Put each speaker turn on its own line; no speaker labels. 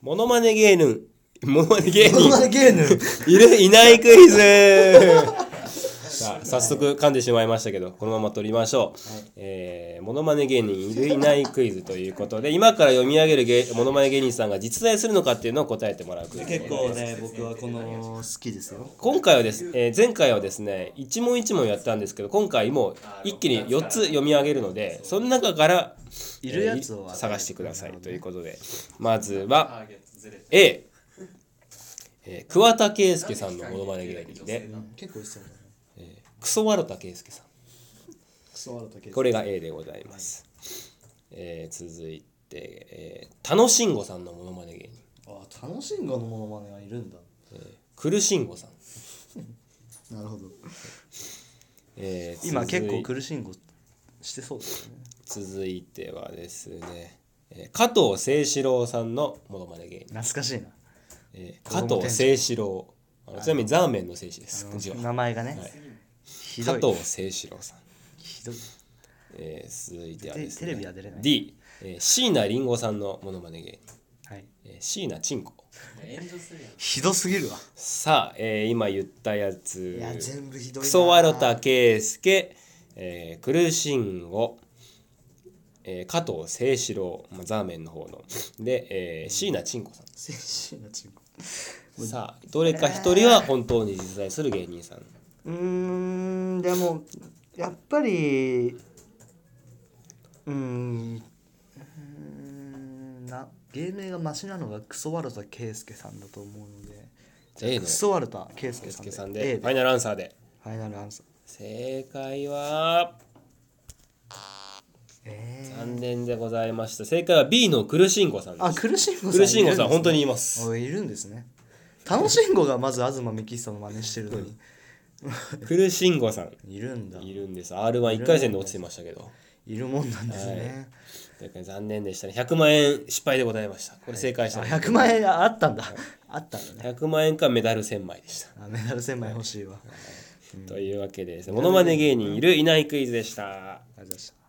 モノマネ芸人。モノマネ芸
モノ
人
マ。ネ芸人
いるいないクイズさあ早速噛んでしまいましたけどこのまま取りましょう、えー、モノマネ芸人いるいないクイズということで今から読み上げる芸モノマネ芸人さんが実在するのかっていうのを答えてもらうクイズで
結
ござい
構
ます
ね僕はこの
好きですよ
今回はです、えー前回はですね一問一問やったんですけど今回もう一気に4つ読み上げるのでその中から
いるやつを
えー探してくださいということでまずは A、えー、桑田佳祐さんのモノマネ芸人で
結構いそうだね
クソワルタ圭介さん
クソワルタ系
これが A でございます、えー続いて、えー、楽しんごさんのモノマネ芸人
あ楽しんごのモノマネがいるんだ
苦しんごさん、
なるほど
えー
今結構
続い
苦しんごしてそうですよね
続いてはですね、えー加藤清志郎さんのモノマネ芸人、
懐かしいな
えー加藤清志郎あのちなみにザーメンの清志ですこんにちは
名前がね、
はい
ひ
加
どい
藤清志郎さん、
ひどい
えー続いてはですね
テレビは出れない
D、えー、椎名林檎さんのモノマネ芸人、
はい、
えー、椎名陳子
ひどすぎるわ
さあ、えー今言ったやつ
いや全部ひどい
クソワロタ
た
圭介、えー、苦しんご、えー、加藤清志郎、まあ、ザーメンの方ので、えー、椎名陳子さん
精神なチンコ
さあどれか一人は本当に実在する芸人さん
うーんでもやっぱりうーんうーんな芸名がマシなのがクソワルタ圭介さんだと思うので
A の
クソワルタ圭介
圭介
さ
さ
ん
ん
で A
でファ
で
イナルアンサーで
ファイナルアンサー
正解は
え
残念でございました正解は B の苦しんごさん
ー、あ
です
苦しんごさん
苦しんごさん
る
本当にいます
おいいるんですね楽しんごがまず東幹久の真似してるのに
苦しんごさん
いるんだ
いるんです r 1 1回戦で落ちてましたけど
いるもんなんですね、
というか残念でしたね100万円失敗でございましたこれ正解したの
あ100万円あったんだあったんだね
100万円かメダル1000枚でした、
あメダル1000枚欲しいわ、ありがとう
というわけでですねモノマネ芸人いるいないクイズでした
ございました